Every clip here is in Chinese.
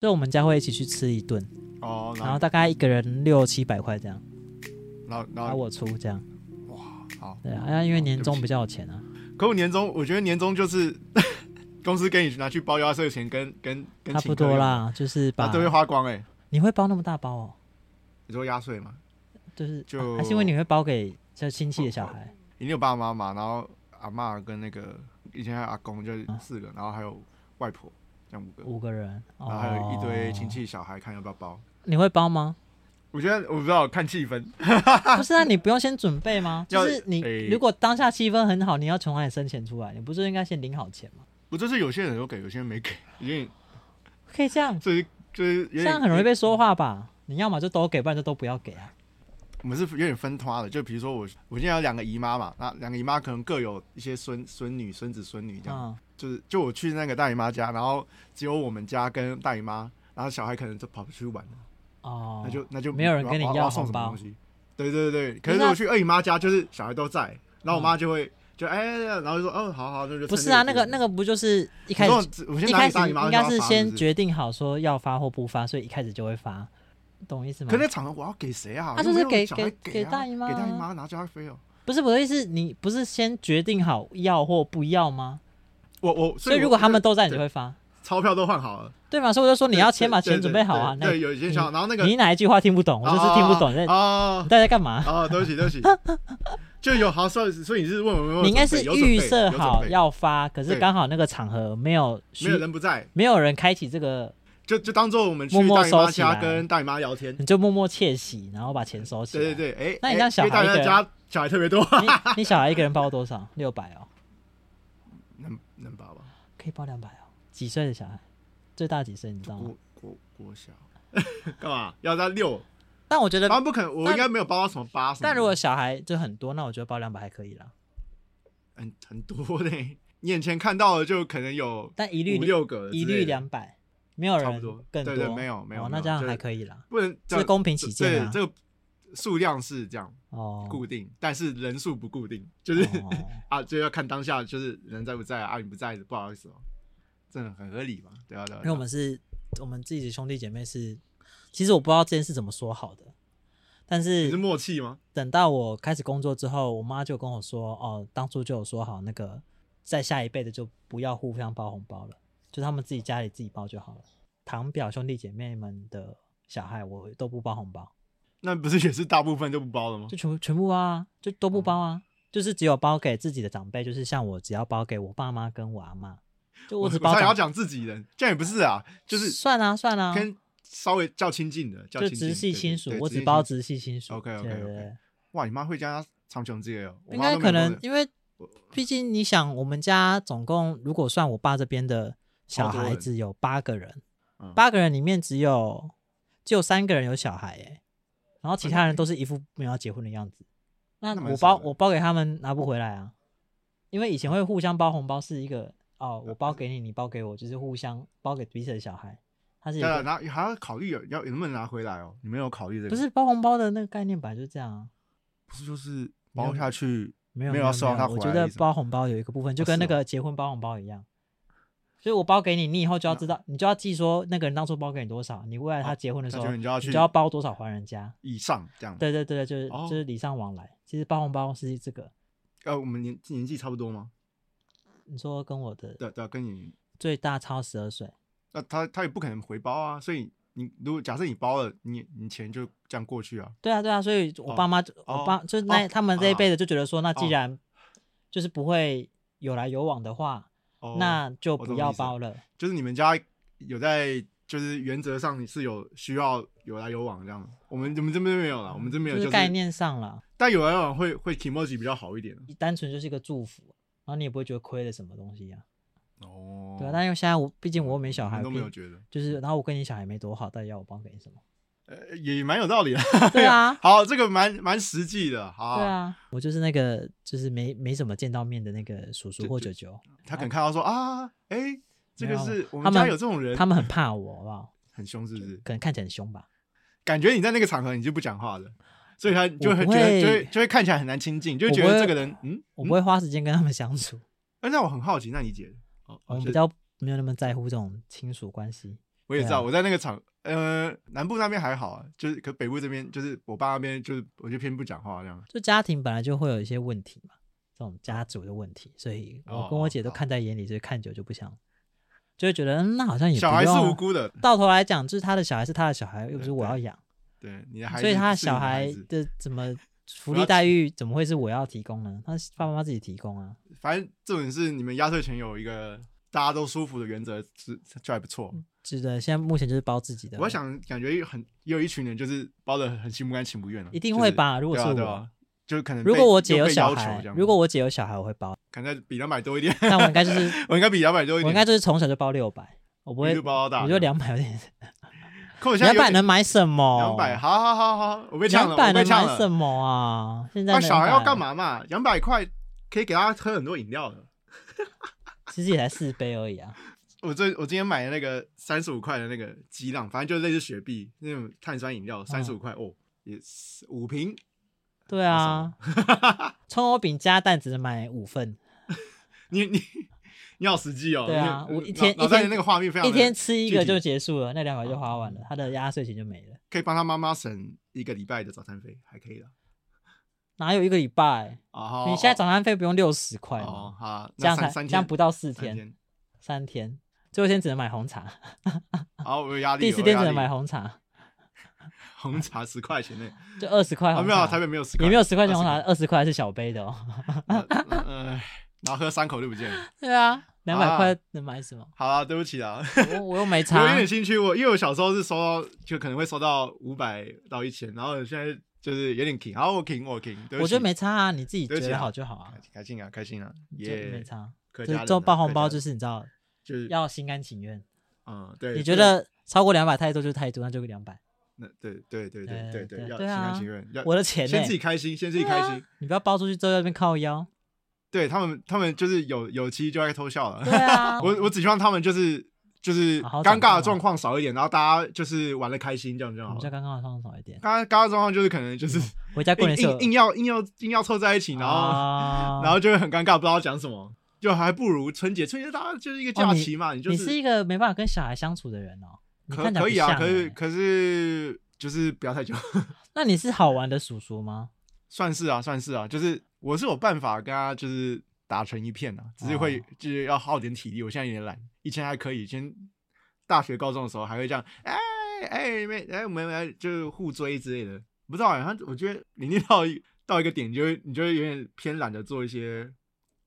所以我们家会一起去吃一顿，哦，然然后后大概一个人六七百块这样，然后然然后啊后我出这样。哇，好。对啊，啊因为哦年对不终起比较有钱啊。可我年终，我觉得年终就是 公司给你拿去包压岁钱跟，跟跟差不请客多用，啦，就是把啊，都会花光哎、你会包那么大包哦，你说压岁嘛，就是就啊还是因为你会包给这亲戚的小孩，一定有爸爸妈妈，然后阿嬷跟那个以前还有阿公，就是啊四个，然后还有外婆，这样五个，五个人，然后还有一堆哦亲，戚小孩，看要不要包。你会包吗？我觉得我不知道看气氛，不是啊，你不用先准备吗？就 要哎是你诶如果当下气氛很好，你要从哪里生钱出来？你不是应该先领好钱吗？我就是有些人有给，有些人没给，有点可以这样，所以就是有这点样很容易被说话吧？你要么就都给，不然就都不要给啊。我们是有点分摊的，就比如说我我现在有两个姨妈嘛，那两个姨妈可能各有一些孙孙女、孙子、孙女这样，嗯，就是就我去那个大姨妈家，然后只有我们家跟大姨妈，然后小孩可能就跑出去玩了，哦，那就那就没有人跟你我我要我红送什么包东西。对对对，不可是是啊我去哎二姨妈家，就是小孩都在，然后我妈就会就哎，然后就说哦，好好，那就不是啊，那个那个个不就是一开始始我先一拿开给始大姨妈，应该然后是发先不决定好说要发或不发，所以一开始就会发，懂意思吗可？那场合我要给谁啊？啊又没有就是给小孩给给给啊大姨妈给大姨啊妈拿家飞哦。不是我的意思，你不是先决定好要或不要吗？我我所以我如果他我们都在，你对就会发，钞票都换好了，对吗？所以我就说你要先把对对钱准备好啊。对，那对有一些想，然后那个你哪一句话听不懂？我就是听不懂，在啊你到底在干嘛？啊，对不起对 不起，就有好所以所以你是问我有没有你应该准是备有准备预设有准好备要发，可是对刚好那个场合没有需没有人不在，没有人开启这个，就就当做我们去默默大姨妈收起来家跟大姨妈聊天，你就默默窃喜，然后把钱收起来。对对对，哎，那你哎让小因为孩大一家个家小孩 特别多，你你小孩一个人包多少？六百哦，能能吧吧？可以包两百哦。几岁的小孩？最大几岁你知道吗国？国国小 干嘛要到六？但我觉得当，然不可能，我但应该没有包到什么八什么的，但如果小孩就很多，那我觉得包两百还可以啦。很很多嘞，你眼前看到的就可能有但一律五六个之类的，一律两百，没有差不人多更对对没有没有哦没那有这样就是还可以啦，不能这这样公平起见啊对，。这个数量是这样哦，固定，但是人数不固定，就是、哦啊，就要看当下，就是人在不在啊，啊你不在，不好意思哦，这很合理嘛，对啊对啊。因为我们是我们自己的兄弟姐妹是，其实我不知道这件事怎么说好的，但啊你是是默契吗？等到我开始工作之后，我妈就跟我说，哦，当初就有说好那个在下一辈的就不要互相包红包了，就他们自己家里自己包就好了。堂表兄弟姐妹们的小孩我都不包红包，那不是也是大部分都不包了吗？就全部全部包啊，就都不包嗯啊，就是只有包给自己的长辈，就是像我只要包给我爸妈跟我阿妈，就我只包差点要长讲自己人，这样也不是啊，就是算啊算啊，跟稍微较亲近的，较就亲近直系对亲对属对，我直只系包亲直系亲属。 OK，OK，OK 对对对属哇，你妈会加长穷之类哦，我应妈该都没可有能这，个因为我毕竟你想，我们家总共如果算我爸这边的小超多孩人子有八个人嗯，八个人里面只有只有三个人有小孩哎，然后其他人都是一副没有要结婚的样子。那那蛮我少包的我包给他们拿不回来啊，因为以前会互相包红包是一个哦，我呃包给你，你包给我，就是互相包给彼此的小孩，它是一对啊，个然后还要考虑有要能不能拿回来哦，你没有考虑这个，不是包红包的那个概念本来就是这样啊。不是就是没有包下去没有没有要有收到他我回觉来的得意思吗包红包有一个部分，就哦跟是那哦个结婚包红包一样，所以我包给你，你以后就要知道，你就要记说那个人当初包给你多少，你未来他嗯哦结婚的时那候，就你就要去就要包多少还人家。以上这样。对对对，就是、哦就是礼尚往来。其实包红包是这个，呃，我们年年纪差不多吗？你说跟我的对对啊，跟你，最大超十二岁，那他他也不可能回包啊，所以你如果假设你包了，你你钱就这样过去啊。对啊对啊，所以我哦爸妈就、我哦爸就是那、哦他们这一啊辈的就觉得说，那既哦然就是不会有来有往的话，哦，那就我不懂要意思了包了。就是你们家有在，就是原则上你是有需要有来有往这样吗？我们我们这边没有啦，我们这边有就是是概，念上啦。但有来有往会会 e m o j i 比较好一点单纯就是一个祝福，然后你也不会觉得亏了什么东西呀、啊哦对啊，但因为现在我毕竟我又没小孩，都没有毕觉得，就是然后我跟你小孩没多好，到底要我帮给你 什么？呃，也蛮有道理的。 对 啊，好，这个蛮蛮实际的，好，对啊，我就是那个就是没没怎么见到面的那个叔叔就或就舅舅，他可能看到说啊，哎，这没个有是我他们们家有这种人，他们很怕我，好不好？很凶是不是？可能看起来很凶吧，感觉你在那个场合你就不讲话了，所以他就会我不觉得会就会就会看起来很难亲近，就会觉我不得会这个人嗯，我不会花时间跟他们相处，哎，那我很好奇，那你姐，哦我们就比较没有那么在乎这种亲属关系，我也知道，对啊我在那个场，呃，南部那边还好啊，就是可北部这边，就是我爸那边，就是我就偏不讲话这样。就家庭本来就会有一些问题嘛，这种家族的问题，所以我跟我姐都哦哦看在眼里，所以看久就不想，就会觉得嗯，那好像也不小孩是用啊无辜的，到头来讲，就是他的小孩是他的小孩，又不对是我对要养，对，你的孩子所以他是你小的孩孩子的怎么福我利要待遇怎么会是我要提供呢？他爸爸妈妈自己提供啊，反正重点是你们压岁钱有一个大家都舒服的原则，是就还不错。是的，现在目前就是包自己的。我在想，感觉很也有一群人就是包的很心不甘情不愿了、一定会吧？如就果是是对啊我，对啊，就可能如被果我姐又有被小要求孩这，样如果我姐有小孩，我会 包，可能再比两百多一点， 但我应该就是我应该比两百多一我点，应该就是从小就包六百，我不一会路，包到大。我就，两百有 点，可我现在两有百点能买什么？两百，好好好好，我被呛两了，百我被能呛买什了。么啊？现在那小孩要200干？嘛嘛？两百块可以给他喝很多饮料的。其实也才四杯而已啊。我最我今天买的那个三十五块的那个鸡浪，反正就是类似雪碧那种碳酸饮料，三十五块哦，也是五瓶，对啊，葱油饼加蛋只能买五份，你你你好实际哦。对啊你我一天脑一天脑袋里那个画面非常一的天吃一个具体哦就结束了，那两百就花完了，他的压岁钱就没了。可以帮他妈妈省一个礼拜的早餐费，还可以了。哪有一个礼拜？啊，你现在早餐费不用六十块哦吗？好，这样才才三这样不到四三天，。三天，最后一天只能买红茶， 好，我有压力。第四我有天只压能力买红茶，红茶十块钱 呢，就二十块啊红没有啊，茶。台北没有十块，也没有十块钱20红茶，二十块是小杯的 哦。那那呃，然后喝三口就不见了。对啊，两百啊块能买什么？好啊，对不起啊，我我又没我 有差点，兴趣，我因为我小时候是收到，就可能会收到五百到一千，然后现在就是有点停，好，我停，我停，对不我起，觉得没差啊，你自己对觉不起得啊好就好啊开，开心啊，开心啊，就没耶，差。客家就人啊就包红包，就是是你知道就是要心甘情愿。嗯，对，你觉得超过两百太多就太多，那就两百。那对对对对对对对对，要对心啊甘情愿，要我的钱呢呃啊先自？己开心，先自己开心，你不要包出去之后在那边靠腰。对他们，他们就是有有期就该偷笑了 对，啊，我我只希望他们就是就是好好尴长尬大哦的状况少一点，然后大家就是玩的开心，这样就我好们了叫。刚刚的放少一点。刚刚刚刚状况就是可能就是回哦家过硬年的时候硬硬要硬要硬要凑在一起，然后、啊然后就会很尴尬，不知道讲什么，就还不如春节，春节大家就是一个假期嘛，你就哦你是一个没办法跟小孩相处的人哦。你可看起来可不以啊，像可是欸可是就是不要太久，那你是好玩的叔叔吗？算是啊算是啊，就是我是有办法跟他就是打成一片啊，只是会、哦就是要耗点体力，我现在有点懒，以前还可以，以前大学高中的时候还会这样，哎哎没哎我们来就是互追之类的，不知道好像我觉得年龄到一到一个点，你就会你就会有点偏懒得做一些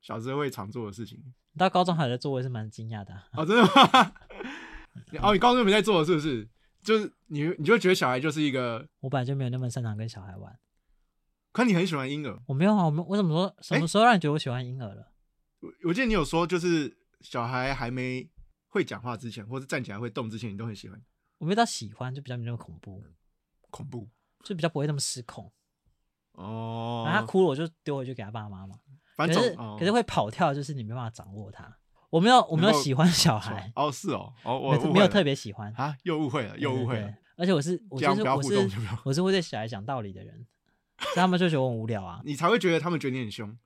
小时候会常做的事情。你到高中还在做，我也是蛮惊讶的啊。哦，真的吗？ 你哦，你高中没在做了是不是？就是你，你就觉得小孩就是一个，我本来就没有那么擅长跟小孩玩。可你很喜欢婴儿。我没有啊，我们我怎么说？什么时候让你觉得我喜欢婴儿了？我我记得你有说，就是小孩还没会讲话之前，或是站起来会动之前，你都很喜欢。我没有到喜欢，就比较没那么恐怖，恐怖就比较不会那么失控。哦，然后他哭了，我就丢回去给他爸妈嘛。反啊可正是总哦可是会跑跳，就是你没办法掌握它。我没有我没有能够喜欢小错孩，哦，是哦，哦，我没误没会有了特别喜欢，啊，又误会了，又误对会对了对。而且我是我啊这就样是不要我互是动就不要我是会对小孩讲道理的人，所以他们就觉得我很无聊啊。你才会觉得他们觉得你很凶，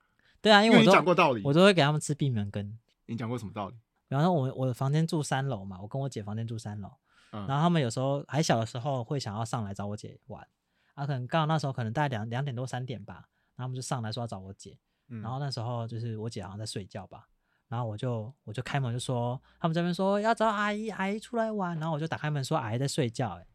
对啊，因因为我为你都讲过道理。我都会给他们吃闭门羹。你讲过什么道理？比方说我我的房间住三楼嘛，我跟我姐房间住三楼，嗯然后他们有时候还小的时候会想要上来找我姐玩，啊，可能刚好那时候可能大概两两点多三点吧，然后他们就上来说要找我姐，嗯然后那时候就是我姐好像在睡觉吧，然后我就我就开门就说他们这边说要找阿姨，阿姨出来玩，然后我就打开门说阿姨在睡觉、欸，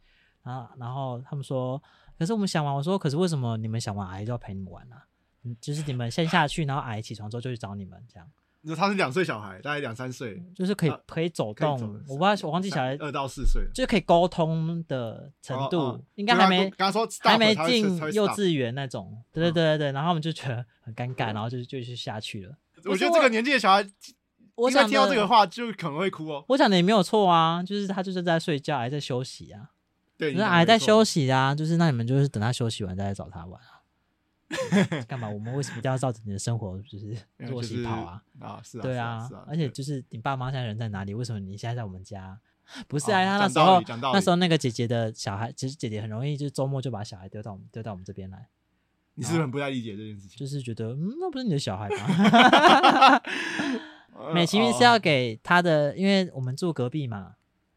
然后然后他们说可是我们想玩，我说可是为什么你们想玩阿姨就要陪你们玩啊？嗯就是你们先下去，然后阿姨起床之后就去找你们，这样那他是两岁小孩，大概两三岁，就是可以、啊可以走可以动，走我不知道我忘记小孩二到四岁了，就是可以沟通的程度，哦哦应该就还他没跟他说还 stop，没他会进他会幼 stop 嗯稚园那种，对对对对对，然后我们就觉得很尴尬，然后就就就下去了。我觉得这个年纪的小孩，我应该讲听到的这个话就可能会哭哦。我讲的也没有错啊，就是他就是在睡觉，还在休息啊，对，可你是讲得还在没错休息啊，就是那你们就是等他休息完再来找他玩 啊。嗯干嘛？我们为什么一定要照着你的生活就是嗯作就息是跑啊？啊，是啊，对是啊，是啊而且对就是你爸妈现在人在哪里？为什么你现在在我们家？不是啊，哦他那讲时道候理讲道那理时候那个姐姐的小孩，其实姐姐很容易就是周末就把小孩丢到我们丢到我们这边来，你是不是很不太理解这件事情？就是觉得嗯，那不是你的小孩吗？ 美其名是要呃给他的，因为我们住隔壁嘛，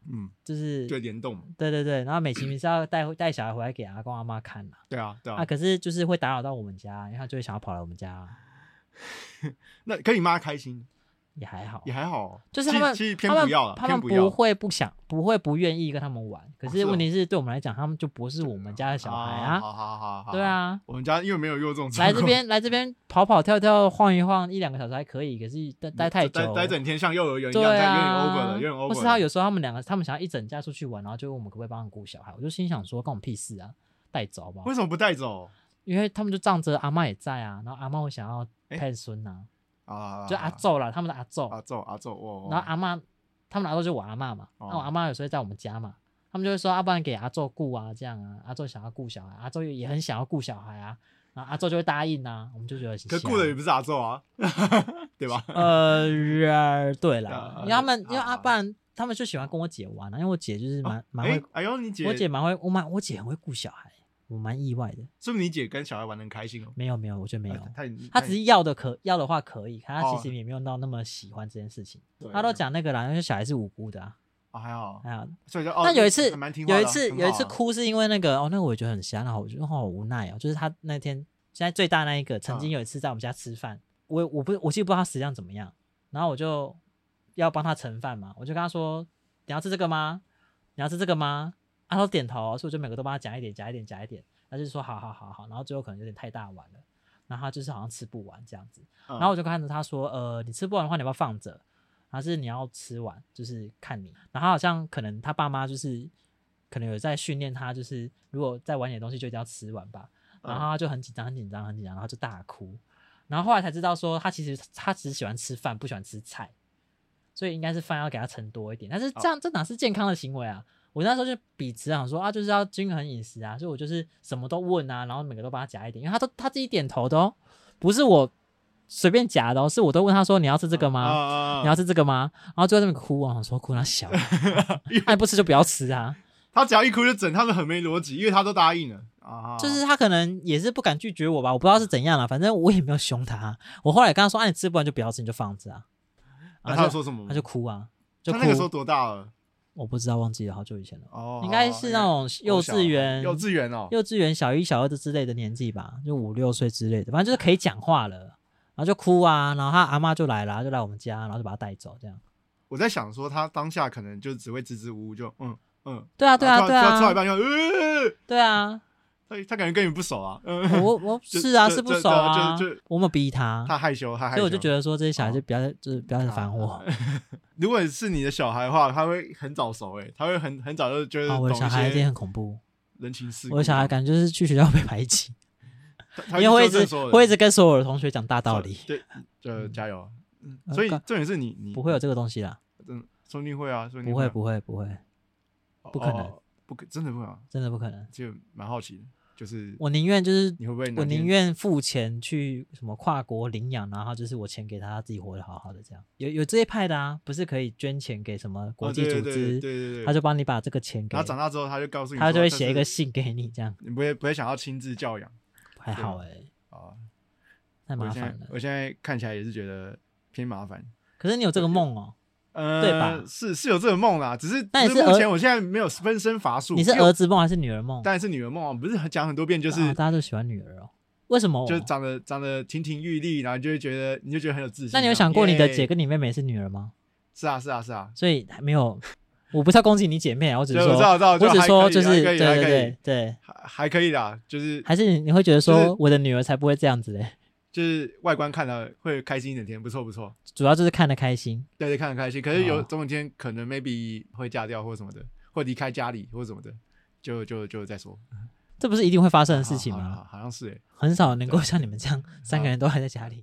嗯，就是就联动嘛，对对对，然后美其名是要带带小孩回来给阿公阿妈看嘛，对啊，对啊。啊，可是就是会打扰到我们家，因为他就会想要跑来我们家，那跟你妈开心也还好也，还好，就是其他实们其实偏他不们要了，他偏们不不要。会不想，不会不愿意跟他们玩，可哦是是问哦题是对我们来讲，他们就不是我们家的小孩啊，啊，好好好好，对，啊，我们家因为没有用这种状来这况边来这边跑跑跳跳晃一晃一两个小时还可以，可是待待太待久，待整天像幼儿园一对样，这样有点啊 over 了，有点 over 了。或是他有时候他们两个他们想要一整家出去玩，然后就问我们可不可以帮忙顾小孩，我就心想说关我屁事啊，带走吧为，什么不带走因为他们就仗着阿妈也在啊，然后阿妈会想要哎看孙呐，啊？就阿昼啦，他们的阿昼，阿昼阿昼，我然后阿妈他们的阿昼就我阿妈嘛，那哦我阿妈有时候在我们家嘛。他们就会说，要、啊不然给阿昼顾啊，这样啊，阿昼想要顾小孩，阿昼也很想要顾小孩啊，然后阿昼就会答应啊，我们就觉得可很雇的也不是阿昼啊， 对吧？呃，呃对啊啦，因为他们，因为啊阿半他们就喜欢跟我姐玩啊，因为我姐就是蛮蛮哎会，哎呦，你姐，我姐蛮会，我蛮我姐很会顾小孩，我蛮意外的。是不是你姐跟小孩玩的很开心哦？没有没有，我觉得没有，啊太她太只是要的可要的话可以，可她哦其实也没有到那么喜欢这件事情。对她都讲那个啦，因为小孩是无辜的啊，啊还好，哎呀，所以就哦，但有一次还蛮听话的有啊一次很好啊有一次哭是因为那个哦，那个我也觉得很瞎，然后我觉得哦好无奈哦，就是她那天现在最大那一个嗯曾经有一次在我们家吃饭，我我不我记不知道她实际上怎么样，然后我就要帮她盛饭嘛，我就跟她说你要吃这个吗？你要吃这个吗？啊，她都点头，所以我就每个都帮她夹一点，夹一点，夹一点，她就说好好好好，然后最后可能有点太大碗了，然后她就是好像吃不完这样子，嗯然后我就看着他说，呃，你吃不完的话，你要不要放着？还是你要吃完？就是看你。然后好像可能他爸妈就是可能有在训练他，就是如果再晚点东西就一定要吃完吧。嗯然后他就很紧张，很紧张，很紧张，然后就大哭。然后后来才知道说，他其实他只喜欢吃饭，不喜欢吃菜，所以应该是饭要给他盛多一点。但是哦这样这哪是健康的行为啊？我那时候就秉持想说啊，就是要均衡饮食啊，所以我就是什么都问啊，然后每个都帮他夹一点，因为他都他自己点头的哦，不是我随便夹的哦，是我都问他说你要吃这个啊吗？啊，啊你要吃这个吗？然后最后那边哭啊，我说哭那 小，爱不吃就不要吃啊，他只要一哭就整，他们很没逻辑，因为他都答应了啊，就是他可能也是不敢拒绝我吧，我不知道是怎样了，反正我也没有凶他，我后来跟他说，啊，你吃不完就不要吃，你就放着啊，那然后他有就说什么？他就哭啊，就他哭那，个时候多大了？我不知道忘记了，好久以前了，哦，应该是那好好种幼稚园幼稚园哦，幼稚园小一、小二的之类的年纪吧，就五六岁之类的，反正就是可以讲话了，然后就哭啊，然后他阿妈就来了，就来我们家，然后就把他带走，这样。我在想说，他当下可能就只会支支吾吾，就嗯嗯，对啊，对然啊，对后突然突然吃到一啊，半就呃，对啊，他他感觉跟你不熟啊，嗯， 我我 就是啊，就是不就熟啊就就，我没有逼他，他害羞，他害羞，所以我就觉得说这些小孩哦啊就不要再就是不要再烦我。 啊如果是你的小孩的话，他会很早熟诶、他会很很早就就是啊，我懂的一小孩一定些很恐怖，人情世故。我的小孩感觉就是去学校被排挤，他 他因为会一纠正直所有人会一直跟所有的同学讲大道理，对，就加油。嗯呃所以干重点是你你不会有这个东西啦，嗯，说不定会啊，说不会不会不会，不不可能不可真的不会啊，真的不可能。就蛮好奇的，就是我宁愿就是你会不会哪我宁天愿付钱去什么跨国领养，然后就是我钱给他，他自己活得好好的这样。有有这一派的啊，不是可以捐钱给什么国哦际对组对织，对对对，他就帮你把这个钱给然，后长大之后他就告诉你说，他就会写一个但是信给你，这样你不会不会想要亲自教养还好哎、啊。太我麻现在烦了。我现在看起来也是觉得偏麻烦，可是你有这个梦哦，呃，对吧是是有这个梦啦，只是那你只是目儿前我现在没有分身乏术。你是因为我儿子梦还是女儿梦？当然是女儿梦啊，不是讲很多遍，就是、啊大家都喜欢女儿哦，为什么？就是长得长得亭亭玉立，然后就会觉得你就觉得很有自信。那你有想过你的耶姐跟你妹妹是女儿吗？是啊是啊是啊，所以还没有，我不是要攻击你姐妹啊，我只是对说，我知道我知道就我只是还可说以就是还可对以还对可以对对，还还可以啦，就是还是你你会觉得就是说我的女儿才不会这样子嘞？欸就是外观看了会开心一整天，不错不错，主要就是看得开心。对对，看得开心。可是有哦总有一天可能 maybe 会嫁掉或什么的，或离开家里或什么的，就就就再说。这不是一定会发生的的事情吗？好好好像是哎、很少能够像你们这样，三个人都还在家里。